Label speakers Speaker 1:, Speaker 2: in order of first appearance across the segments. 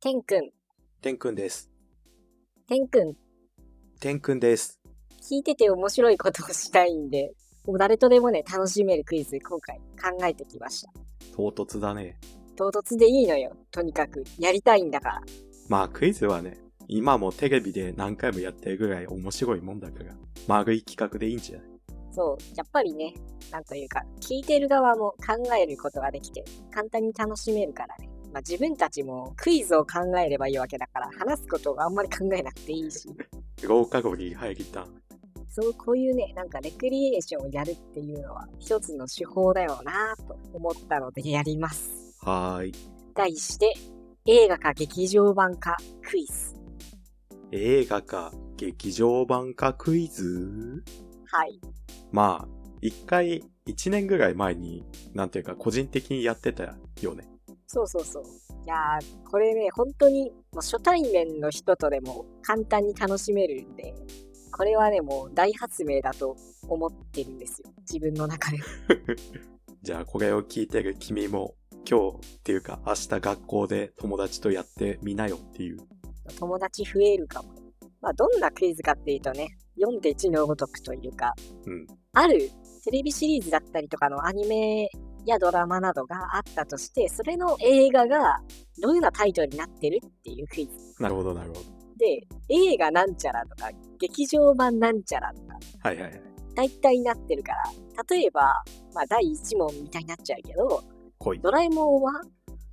Speaker 1: てんくん。
Speaker 2: てんくんです。
Speaker 1: てんくん、
Speaker 2: てんくんです。
Speaker 1: 聞いてて面白いことをしたいんで、もう誰とでもね、楽しめるクイズ、今回考えてきました。
Speaker 2: 唐突だね。
Speaker 1: 唐突でいいのよ。とにかく、やりたいんだから。
Speaker 2: まあクイズはね、今もテレビで何回もやってるぐらい面白いもんだから、丸い企画でいいんじゃない
Speaker 1: そう、やっぱりね、なんというか、聞いてる側も考えることができて、簡単に楽しめるからね。まあ自分たちもクイズを考えればいいわけだから、話すことがあんまり考えなくていいし、
Speaker 2: ローカロリー入りた。
Speaker 1: そう、こういうね、なんかレクリエーションをやるっていうのは、一つの手法だよなぁと思ったのでやります。
Speaker 2: はーい。
Speaker 1: 題して、映画か劇場版かクイズ。
Speaker 2: 映画か劇場版かクイズ
Speaker 1: はい。
Speaker 2: まあ、一回、一年ぐらい前に、なんていうか個人的にやってたよね。
Speaker 1: そうそうそう。いやー、これね、本当に、もう初対面の人とでも簡単に楽しめるんで、これはね、もう大発明だと思ってるんですよ。自分の中で。
Speaker 2: じゃあこれを聞いてる君も、今日っていうか明日学校で友達とやってみなよっていう。
Speaker 1: 友達増えるかも。まあ、どんなクイズかっていうとね、読んで字のごとくというか、
Speaker 2: うん
Speaker 1: あるテレビシリーズだったりとかのアニメやドラマなどがあったとして、それの映画がどういうようなタイトルになってるっていうクイズ。
Speaker 2: なるほどなるほど。
Speaker 1: で、映画なんちゃらとか、劇場版なんちゃらとか、
Speaker 2: はいはいはい。
Speaker 1: 大体なってるから、例えば、まあ、第1問みたいになっちゃうけど、
Speaker 2: 来い。
Speaker 1: ドラえもんは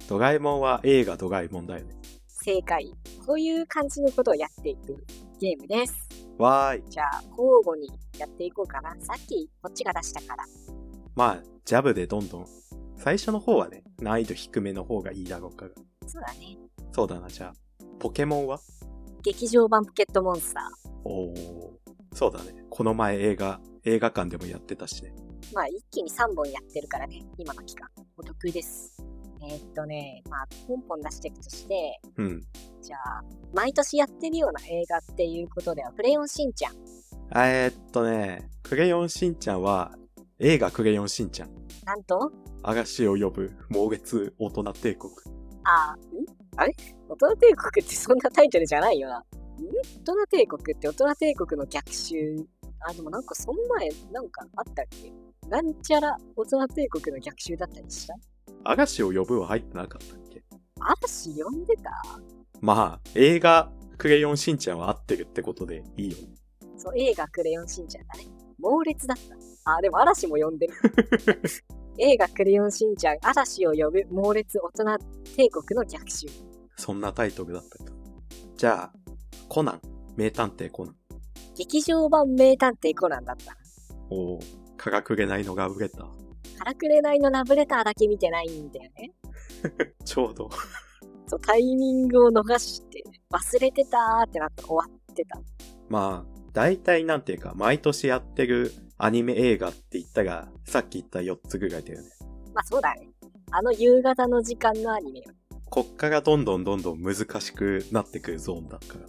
Speaker 2: ドラえもんは映画ドラえもんだよね。
Speaker 1: 正解。こういう感じのことをやっていくゲームです。
Speaker 2: わーい。
Speaker 1: じゃあ、交互にやっていこうかな。さっきこっちが出したから。
Speaker 2: まあ、ジャブでどんどん。最初の方はね、難易度低めの方がいいだろうから。
Speaker 1: そうだね。
Speaker 2: そうだな、じゃあ。ポケモンは
Speaker 1: 劇場版ポケットモンスタ
Speaker 2: おー。そうだね。この前映画、映画館でもやってたしね。
Speaker 1: ー。まあ、一気に3本やってるからね。今の期間。お得です。えーっとね、まあ、ポンポン出していくとして、
Speaker 2: うん。
Speaker 1: じゃあ、毎年やってるような映画っていうことでは、クレヨンしんちゃん。
Speaker 2: えー、っとね、クレヨンしんちゃんは、映画クレヨンしんちゃん。
Speaker 1: なんと、
Speaker 2: 嵐を呼ぶ猛烈大人帝国。
Speaker 1: あー、んあれ大人帝国ってそんなタイトルじゃないよな。ん大人帝国って大人帝国の逆襲。あ、でもなんかその前、なんかあったっけなんちゃら大人帝国の逆襲だったりした
Speaker 2: 嵐を呼ぶは入ってなかったっけ
Speaker 1: 嵐呼んでた
Speaker 2: まあ、映画クレヨンしんちゃんは合ってるってことでいいよね。
Speaker 1: そう、映画クレヨンしんちゃんだね。猛烈だった。あ、でも嵐も呼んでる。映画クレヨンしんちゃん、嵐を呼ぶ猛烈大人帝国の逆襲。
Speaker 2: そんなタイトルだったか。じゃあ、コナン。名探偵コナン。
Speaker 1: 劇場版名探偵コナンだった。
Speaker 2: おー、かがくれないのが売れた。
Speaker 1: からくれないのラブレターだけ見てないんだよね。
Speaker 2: ちょうど。
Speaker 1: そう、タイミングを逃して、忘れてたーってなって終わってた。
Speaker 2: まあ、大体なんていうか、毎年やってるアニメ映画って言ったが、さっき言った4つぐらいだよね。
Speaker 1: まあそうだね。あの夕方の時間のアニメよ。
Speaker 2: こっからどんどんどんどん難しくなってくるゾーンだか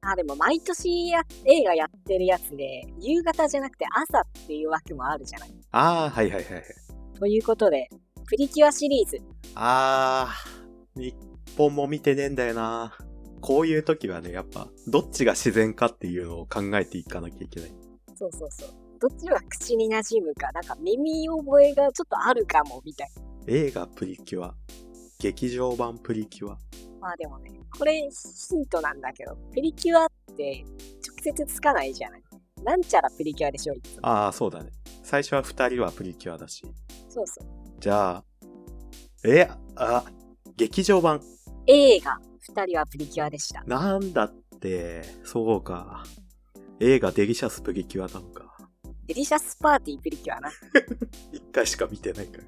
Speaker 2: ら。
Speaker 1: あ、でも毎年や映画やってるやつで、夕方じゃなくて朝っていうわけもあるじゃない。
Speaker 2: あー、はいはいはいはい。
Speaker 1: ということで、プリキュアシリーズ。
Speaker 2: あー、日本も見てねえんだよな。こういう時はね、やっぱ、どっちが自然かっていうのを考えていかなきゃいけない。
Speaker 1: そうそうそう。どっちが口に馴染むか、なんか耳覚えがちょっとあるかも、みたい
Speaker 2: 映画プリキュア、劇場版プリキュア。
Speaker 1: な。まあでもね、これヒントなんだけど、プリキュアって直接つかないじゃない。なんちゃらプリキュアでしょ、いつも。
Speaker 2: あー、そうだね。最初は二人はプリキュアだし。
Speaker 1: そうそう。
Speaker 2: じゃあ、え、あ、劇場版。
Speaker 1: 映画、二人はプリキュアでした。
Speaker 2: なんだって、そうか。映画デリシャスプリキュアなのか。
Speaker 1: デリシャスパーティープリキュアな。
Speaker 2: 一回しか見てないから。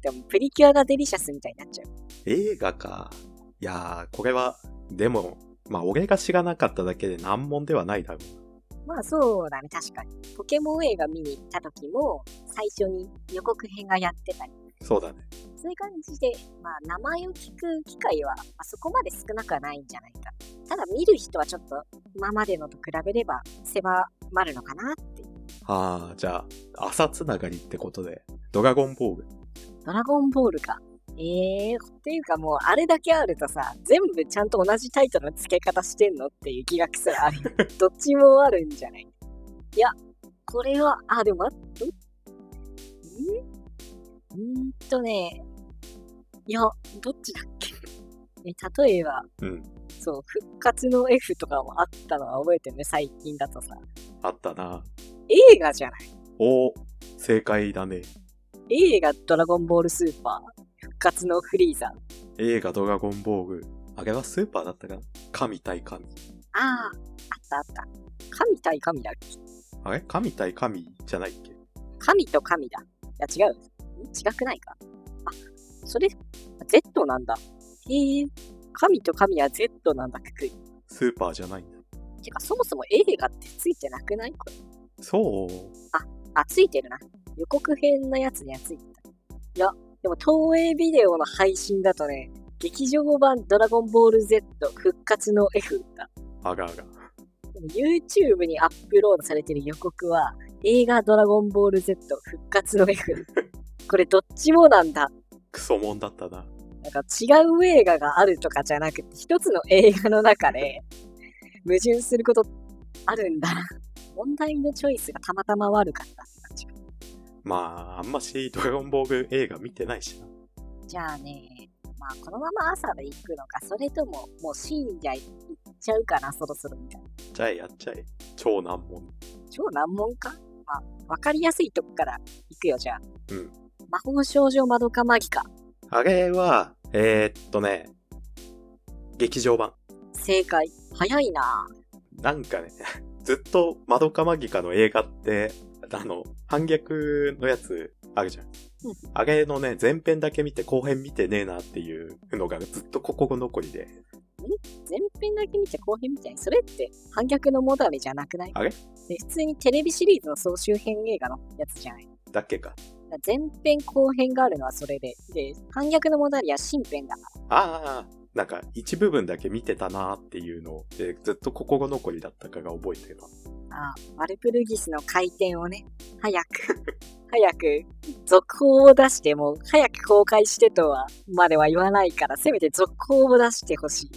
Speaker 1: でも、プリキュアがデリシャスみたいになっちゃう。
Speaker 2: 映画か。いやー、これは、でも、まあ、俺が知らなかっただけで難問ではないだろう。
Speaker 1: まあそうだね、確かに。ポケモン映画見に行った時も、最初に予告編がやってたり、
Speaker 2: そうだね。
Speaker 1: そういう感じで、まあ名前を聞く機会は、まあ、そこまで少なくはないんじゃないか。ただ見る人はちょっと、今までのと比べれば狭まるのかなっていう。
Speaker 2: あー、じゃあ、朝つながりってことで、ドラゴンボール。
Speaker 1: ドラゴンボールか。ええっていうかもうあれだけあるとさ全部ちゃんと同じタイトルの付け方してんのっていう疑惑すらあ るよどっちもあるんじゃないいやこれはあでもあんんんーとねいやどっちだっけえ例えば
Speaker 2: うん。
Speaker 1: そう復活の F とかもあったのは覚えてるね最近だとさ
Speaker 2: あったな。
Speaker 1: 映画じゃない
Speaker 2: お正解だね。
Speaker 1: 映画ドラゴンボールスーパー復活のフリーザ
Speaker 2: 映画ドラゴンボール。あれはスーパーだったかな神対神。
Speaker 1: ああ、あったあった。神対神だっけ
Speaker 2: あれ神対神じゃないっけ
Speaker 1: 神と神だ。いや、違う。ん違くないか。あ、それ、Z なんだ。へえ、神と神は Z なんだ、くくり。
Speaker 2: スーパーじゃないんだ。
Speaker 1: てか、そもそも映画ってついてなくないこれ。
Speaker 2: そう。
Speaker 1: あ、ついてるな。予告編のやつにはついてた。いや、でも東映ビデオの配信だとね、劇場版ドラゴンボール Z 復活の F だ。
Speaker 2: あらあら。
Speaker 1: YouTube にアップロードされてる予告は、映画ドラゴンボール Z 復活の F。これどっちもなんだ。
Speaker 2: クソもんだったな。
Speaker 1: なんか違う映画があるとかじゃなくて、一つの映画の中で矛盾することあるんだな。問題のチョイスがたまたま悪かったって感じか。
Speaker 2: まあ、あんましドラゴンボール映画見てないしな。
Speaker 1: じゃあね、まあこのまま朝で行くのか、それとももう深夜行っちゃうかな、そろそろみたいな。
Speaker 2: じゃあやっちゃえ。超難問。
Speaker 1: 超難問かまあ、わかりやすいとこから行くよ、じゃあ。
Speaker 2: うん。
Speaker 1: 魔法少女まどかマギカ。
Speaker 2: あれは、えー、っとね、劇場版。
Speaker 1: 正解。早いな
Speaker 2: なんかね、 ずっとマドカマギカの映画って、あの、反逆のやつあるじゃん。
Speaker 1: うん
Speaker 2: あれのね、前編だけ見て後編見てねえなっていうのがずっと心残りで。
Speaker 1: 前編だけ見て後編みたいに。それって反逆のモダメじゃなくない
Speaker 2: あれ
Speaker 1: で普通にテレビシリーズの総集編映画のやつじゃない。
Speaker 2: だっけか。
Speaker 1: だから前編後編があるのはそれで。で、反逆のモダメは新編だか
Speaker 2: ああ、なんか一部分だけ見てたなっていうので、ずっと心残りだったかが覚えてるわ。
Speaker 1: ら。ああ、ワルプルギスの回転をね、早く、 早く、続報を出しても、早く公開してとは、までは言わないから、せめて続報を出してほしい。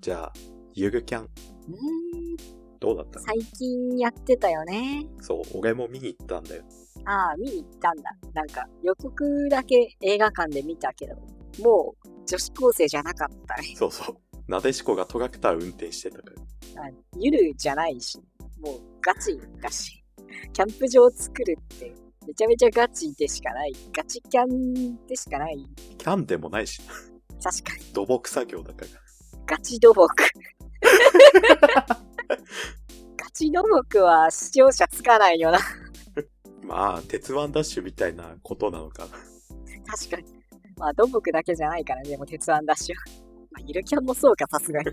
Speaker 2: じゃあ、ゆるキャン、
Speaker 1: うー
Speaker 2: どうだった
Speaker 1: ん、最近やってたよね。
Speaker 2: そう、俺も見に行ったんだよ。
Speaker 1: ああ、見に行ったんだ。なんか、予告だけ映画館で見たけど、もう女子高生じゃなかった ね。
Speaker 2: そうそう。なでしこがトラクター運転してたから。
Speaker 1: あゆるじゃないし、もうガチだし。キャンプ場を作るって、めちゃめちゃガチでしかない。ガチキャンでしかない。
Speaker 2: キャンでもないし、
Speaker 1: 確かに、
Speaker 2: 土木作業だから。
Speaker 1: ガチ土木。ガチ土木は視聴者つかないよな。
Speaker 2: まあ、鉄腕ダッシュみたいなことなのかな。
Speaker 1: 確かに。まあ、土木だけじゃないからね、でも鉄腕ダッシュは。まあ、ゆるキャンもそうか、さすがに。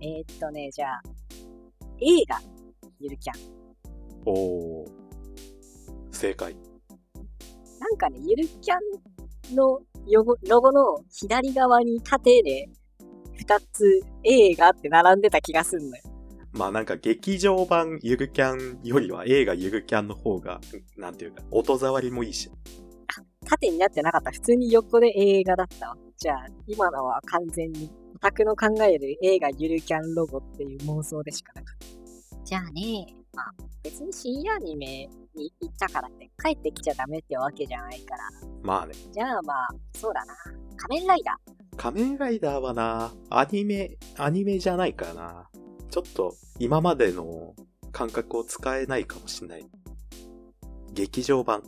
Speaker 1: えーっとね、じゃあ、映画、ゆるキャン。
Speaker 2: おー。正解。
Speaker 1: なんかね、ゆるキャンのロゴロゴの左側に縦で、二つ映画って並んでた気がすんのよ。
Speaker 2: まあなんか劇場版ゆるキャンよりは映画ゆるキャンの方が、なんていうか、音触りもいいし。
Speaker 1: 縦になってなかった。普通に横で映画だったわ。じゃあ、今のは完全に、オタクの考える映画ゆるキャンロゴっていう妄想でしかなかった。じゃあね、まあ、別に深夜アニメに行ったからって帰ってきちゃダメってわけじゃないから。
Speaker 2: まあね。
Speaker 1: じゃあまあ、そうだな。仮面ライダー。
Speaker 2: 仮面ライダーはな、アニメ、アニメじゃないからな。ちょっと今までの感覚を使えないかもしんない。劇場版。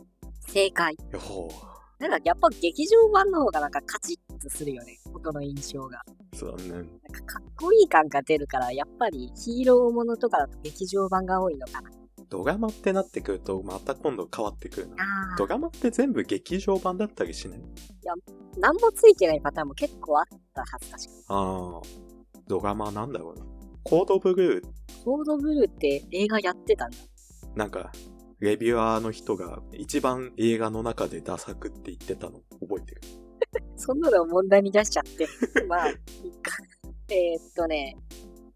Speaker 1: 正解。
Speaker 2: よほー。
Speaker 1: なんかやっぱ劇場版の方がなんかカチッとするよね。音の印象が。
Speaker 2: そうね。
Speaker 1: なんかかっこいい感が出るから、やっぱりヒーローものとかだと劇場版が多いのかな。
Speaker 2: ドラマってなってくると、また今度変わってくるな。
Speaker 1: あ
Speaker 2: ドラマって全部劇場版だったりしない
Speaker 1: あ。なんもついてないパターンも結構あったはず確か。
Speaker 2: ああ、ドラマなんだろうな。コードブルー、
Speaker 1: コードブルーって映画やってたんだ。
Speaker 2: なんか、レビュアーの人が一番映画の中でダサくって言ってたの覚えてる。
Speaker 1: そんなの問題に出しちゃ って。まあ、いっか。えーっとね、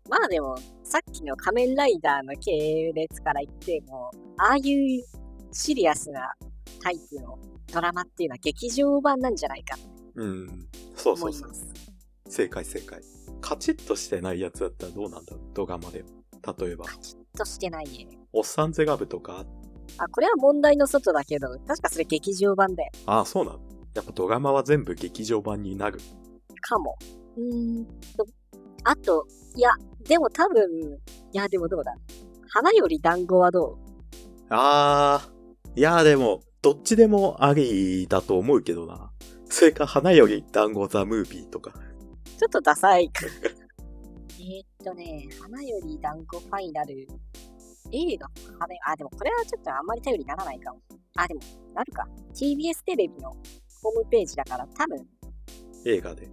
Speaker 1: まあでも、さっきの仮面ライダーの系列から言っても、ああいうシリアスなタイプのドラマっていうのは劇場版なんじゃないかと
Speaker 2: うん。そう
Speaker 1: 思
Speaker 2: そう
Speaker 1: い
Speaker 2: そう
Speaker 1: ま。す。
Speaker 2: 正解正解。カチッとしてないやつだったらどうなんだろうドガマで。例えば、
Speaker 1: としてないね。
Speaker 2: おっさんゼガブとか、
Speaker 1: あ、これは問題の外だけど、確かそれ劇場版で。
Speaker 2: ああ、そうなのやっぱドガマは全部劇場版になる。
Speaker 1: かも。うーんと、あと、いや、でも多分、いや、でもどうだ。花より団子はど
Speaker 2: ああ、いやーでも、どっちでもありだと思うけどな。それか、花より団子ザムービーとか。
Speaker 1: うちょっとダサいか。 えーっとね、花より団子ファイナル。映画花よあ、でもこれはちょっとあんまり頼りにならないかも。あ、でも、なるか。TBS テレビのホームページだから、多分、
Speaker 2: 映画で。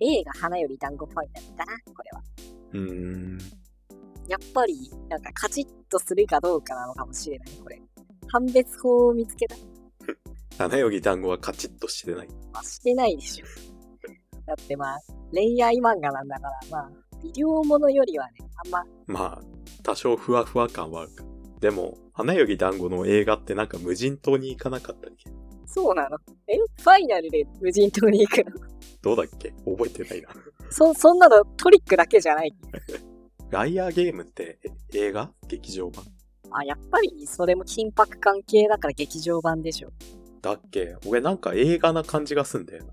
Speaker 1: 映画花より団子ファイナルだな、これは。
Speaker 2: うーん。
Speaker 1: やっぱり、なんかカチッとするかどうかなのかもしれない、これ。判別法を見つけた。
Speaker 2: 花より団子はカチッとしてない。
Speaker 1: まあ、してないでしょ。 だってまあ、恋愛漫画なんだから、まあ、医療ものよりはね、あんま、
Speaker 2: まあ、多少ふわふわ感はあるか。でも、花より団子の映画ってなんか無人島に行かなかったっけ
Speaker 1: そうなの。えファイナルで無人島に行くの
Speaker 2: どうだっけ覚えてないな。
Speaker 1: そ、そんなのトリックだけじゃない。
Speaker 2: ライアーゲームってえ映画劇場版
Speaker 1: あ、やっぱりそれも緊迫関係だから劇場版でしょ。
Speaker 2: だっけ俺なんか映画な感じがすんだよな。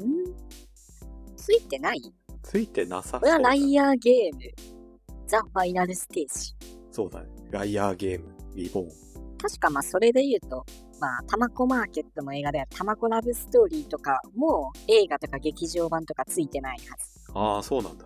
Speaker 1: んついてない
Speaker 2: ついてなさそう
Speaker 1: これ
Speaker 2: だ
Speaker 1: は
Speaker 2: な
Speaker 1: ライアーゲーム。ザ・ファイナルステージ。
Speaker 2: そうだね。ライアーゲーム、リボーン。
Speaker 1: 確かまあそれで言うと、まあ、タマコマーケットの映画であるタマコラブストーリーとかも映画とか劇場版とかついてないはず。
Speaker 2: ああ、そうなんだ。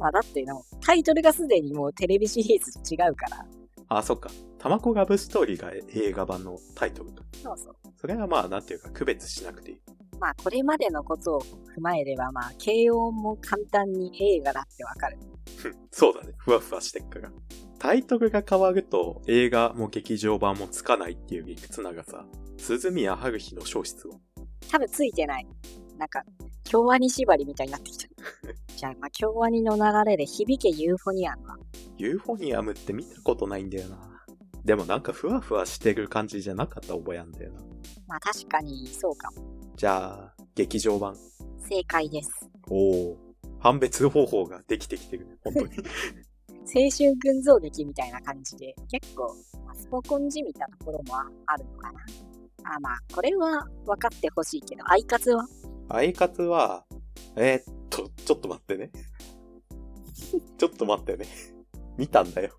Speaker 1: まあだってのタイトルがすでにもうテレビシリーズと違うから。
Speaker 2: ああ、そっか。タマコラブストーリーが映画版のタイトルか。
Speaker 1: そうそう。
Speaker 2: それはまあ、なんていうか、区別しなくていい。
Speaker 1: まあこれまでのことを踏まえればまあ軽音も簡単に映画だってわかる。
Speaker 2: ふんそうだね。ふわふわしてっから。タイトルが変わると、映画も劇場版もつかないっていう理屈ながさ、鈴宮春日の小説を。
Speaker 1: 多分ついてない。なんか、京アニ縛りみたいになってきた。じゃあ、まあ、京アニの流れで響けユーフォニアムは。
Speaker 2: ユーフォニアムって見たことないんだよな。でもなんかふわふわしてる感じじゃなかった覚えあんだよな。
Speaker 1: まあ確かにそうかも。
Speaker 2: じゃあ、劇場版。
Speaker 1: 正解です。
Speaker 2: おお。判別方法ができてきてるね。本当に。
Speaker 1: 青春群像劇みたいな感じで、結構、まあスポコンじみたところもああるのかな。あまあ、これは分かってほしいけど、アイカツは
Speaker 2: アイカツは、えーっと、ちょっと待ってね。ちょっと待ってね。見たんだよ。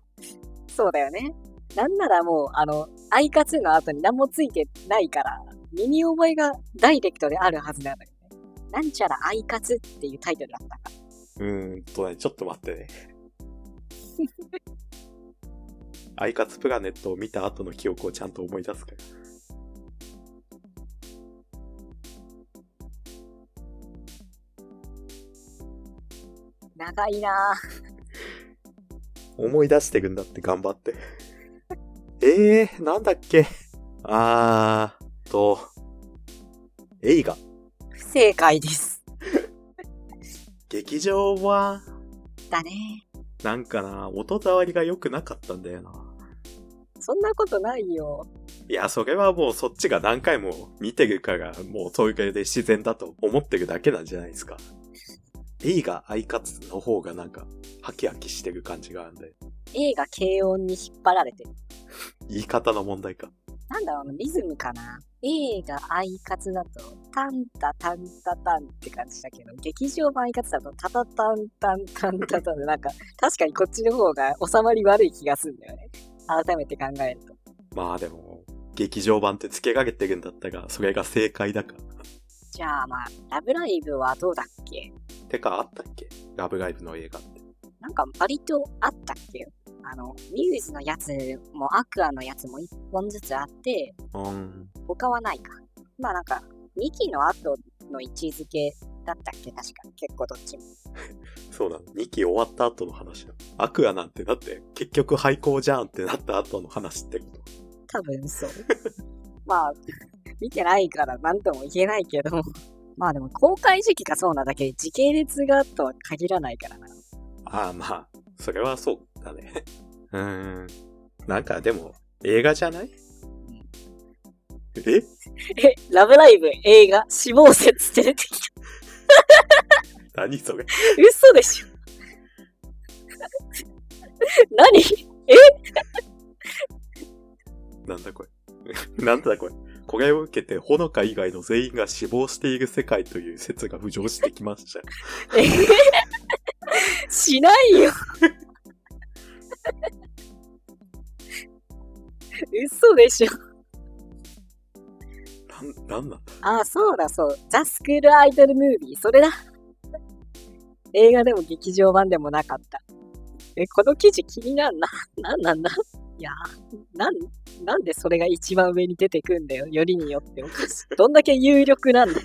Speaker 1: そうだよね。なんならもう、あの、アイカツの後に何もついてないから、身に覚えがダイレクトであるはずなのよね。なんちゃらアイカツっていうタイトルだったか。
Speaker 2: うーんとね、ちょっと待ってね。アイカツプラネットを見た後の記憶をちゃんと思い出すから。
Speaker 1: 長いなぁ。
Speaker 2: 思い出してるんだって頑張って。えー、なんだっけあーと、映画。
Speaker 1: 不正解です。
Speaker 2: 劇場は、
Speaker 1: だね。
Speaker 2: なんかな、音触りが良くなかったんだよな。
Speaker 1: そんなことないよ。
Speaker 2: いや、それはもうそっちが何回も見てるから、もうそういう系で自然だと思ってるだけなんじゃないですか。映画アイカツの方がなんか、ハキハキしてる感じがあるんで、
Speaker 1: 映画軽音に引っ張られてる。
Speaker 2: 言い方の問題か。
Speaker 1: なんだろうな、リズムかな。映画アイカツだと、タンタタンタタンって感じだけど、劇場版アイカツだと、タタタンタンタンタタンで、なんか、確かにこっちの方が収まり悪い気がするんだよね。改めて考えると。
Speaker 2: まあでも、劇場版って付けかけてるんだったら、それが正解だから。
Speaker 1: じゃあまあ、ラブライブはどうだっけ
Speaker 2: てか、あったっけラブライブの映画って。
Speaker 1: なんか、割とあったっけあの、ミューズのやつもアクアのやつも1本ずつあって、
Speaker 2: うーん。
Speaker 1: 他はないか。まあなんか、2期の後の位置づけだったっけ確か。結構どっちも。
Speaker 2: そうなの。2期終わった後の話だ。アクアなんてだって、結局廃校じゃんってなった後の話ってこと。
Speaker 1: 多分そう。 まあ、見てないから何とも 言えないけど、まあでも公開時期がそうなだけで時系列がとは限らないからな。
Speaker 2: ああ、まあ、それはそうだね。うーん。なんかでも、映画じゃないえ
Speaker 1: え、ラブライブ映画死亡説って出てきた。
Speaker 2: 何それ
Speaker 1: 嘘でしょ。 何
Speaker 2: なんだこれ なんだこれこれを受けて、ほのか以外の全員が死亡している世界という説が浮上してきました。
Speaker 1: えへへしないよ。 嘘でしょ。
Speaker 2: なん、なんなんだ
Speaker 1: あ、そうだそう。ザ・スクール・アイドル・ムービー。それだ。 映画でも劇場版でもなかった。え、この記事気になるな。 なんなんだいや、なん、なんでそれが一番上に出てくんだよ。よりによっておかしい。どんだけ有力なんだ。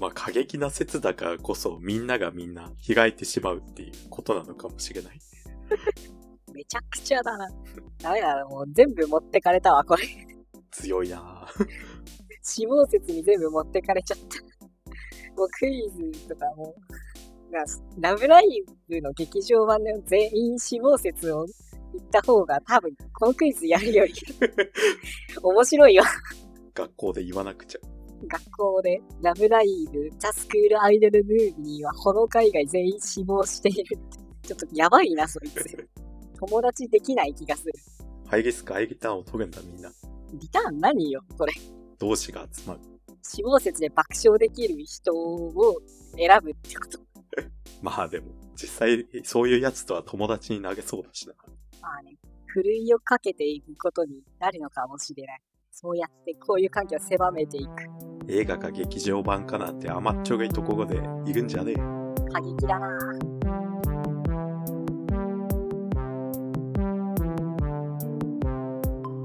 Speaker 2: まあ、過激な説だからこそ、みんながみんな開いてしまうっていうことなのかもしれない。
Speaker 1: めちゃくちゃだな。ダメだな。もう全部持ってかれたわ、これ。
Speaker 2: 強いなぁ
Speaker 1: 死亡説に全部持ってかれちゃった。 もうクイズとかもう、なラブライブの劇場版の全員死亡説を言った方が多分このクイズやるより 面白いわ。
Speaker 2: 学校で言わなくちゃ。
Speaker 1: 学校でラブライブ、ザ・スクール・アイドル・ムービーはこの海外全員死亡しているって。ちょっとやばいな、そいつ。友達できない気がする。
Speaker 2: ハイリスク、ハイリターンを取るんだ、みんな。
Speaker 1: リターン何よ、これ。
Speaker 2: 同志が集まる。
Speaker 1: 死亡説で爆笑できる人を選ぶってこと。
Speaker 2: まあでも、実際、そういうやつとは友達に投げそうだしな。
Speaker 1: まあね、ふるいをかけていくことになるのかもしれない。そうやってこういう環境を狭めていく。
Speaker 2: 映画か劇場版かなんて甘っちょがいところでいるんじゃねえ。
Speaker 1: 過激だなぁ。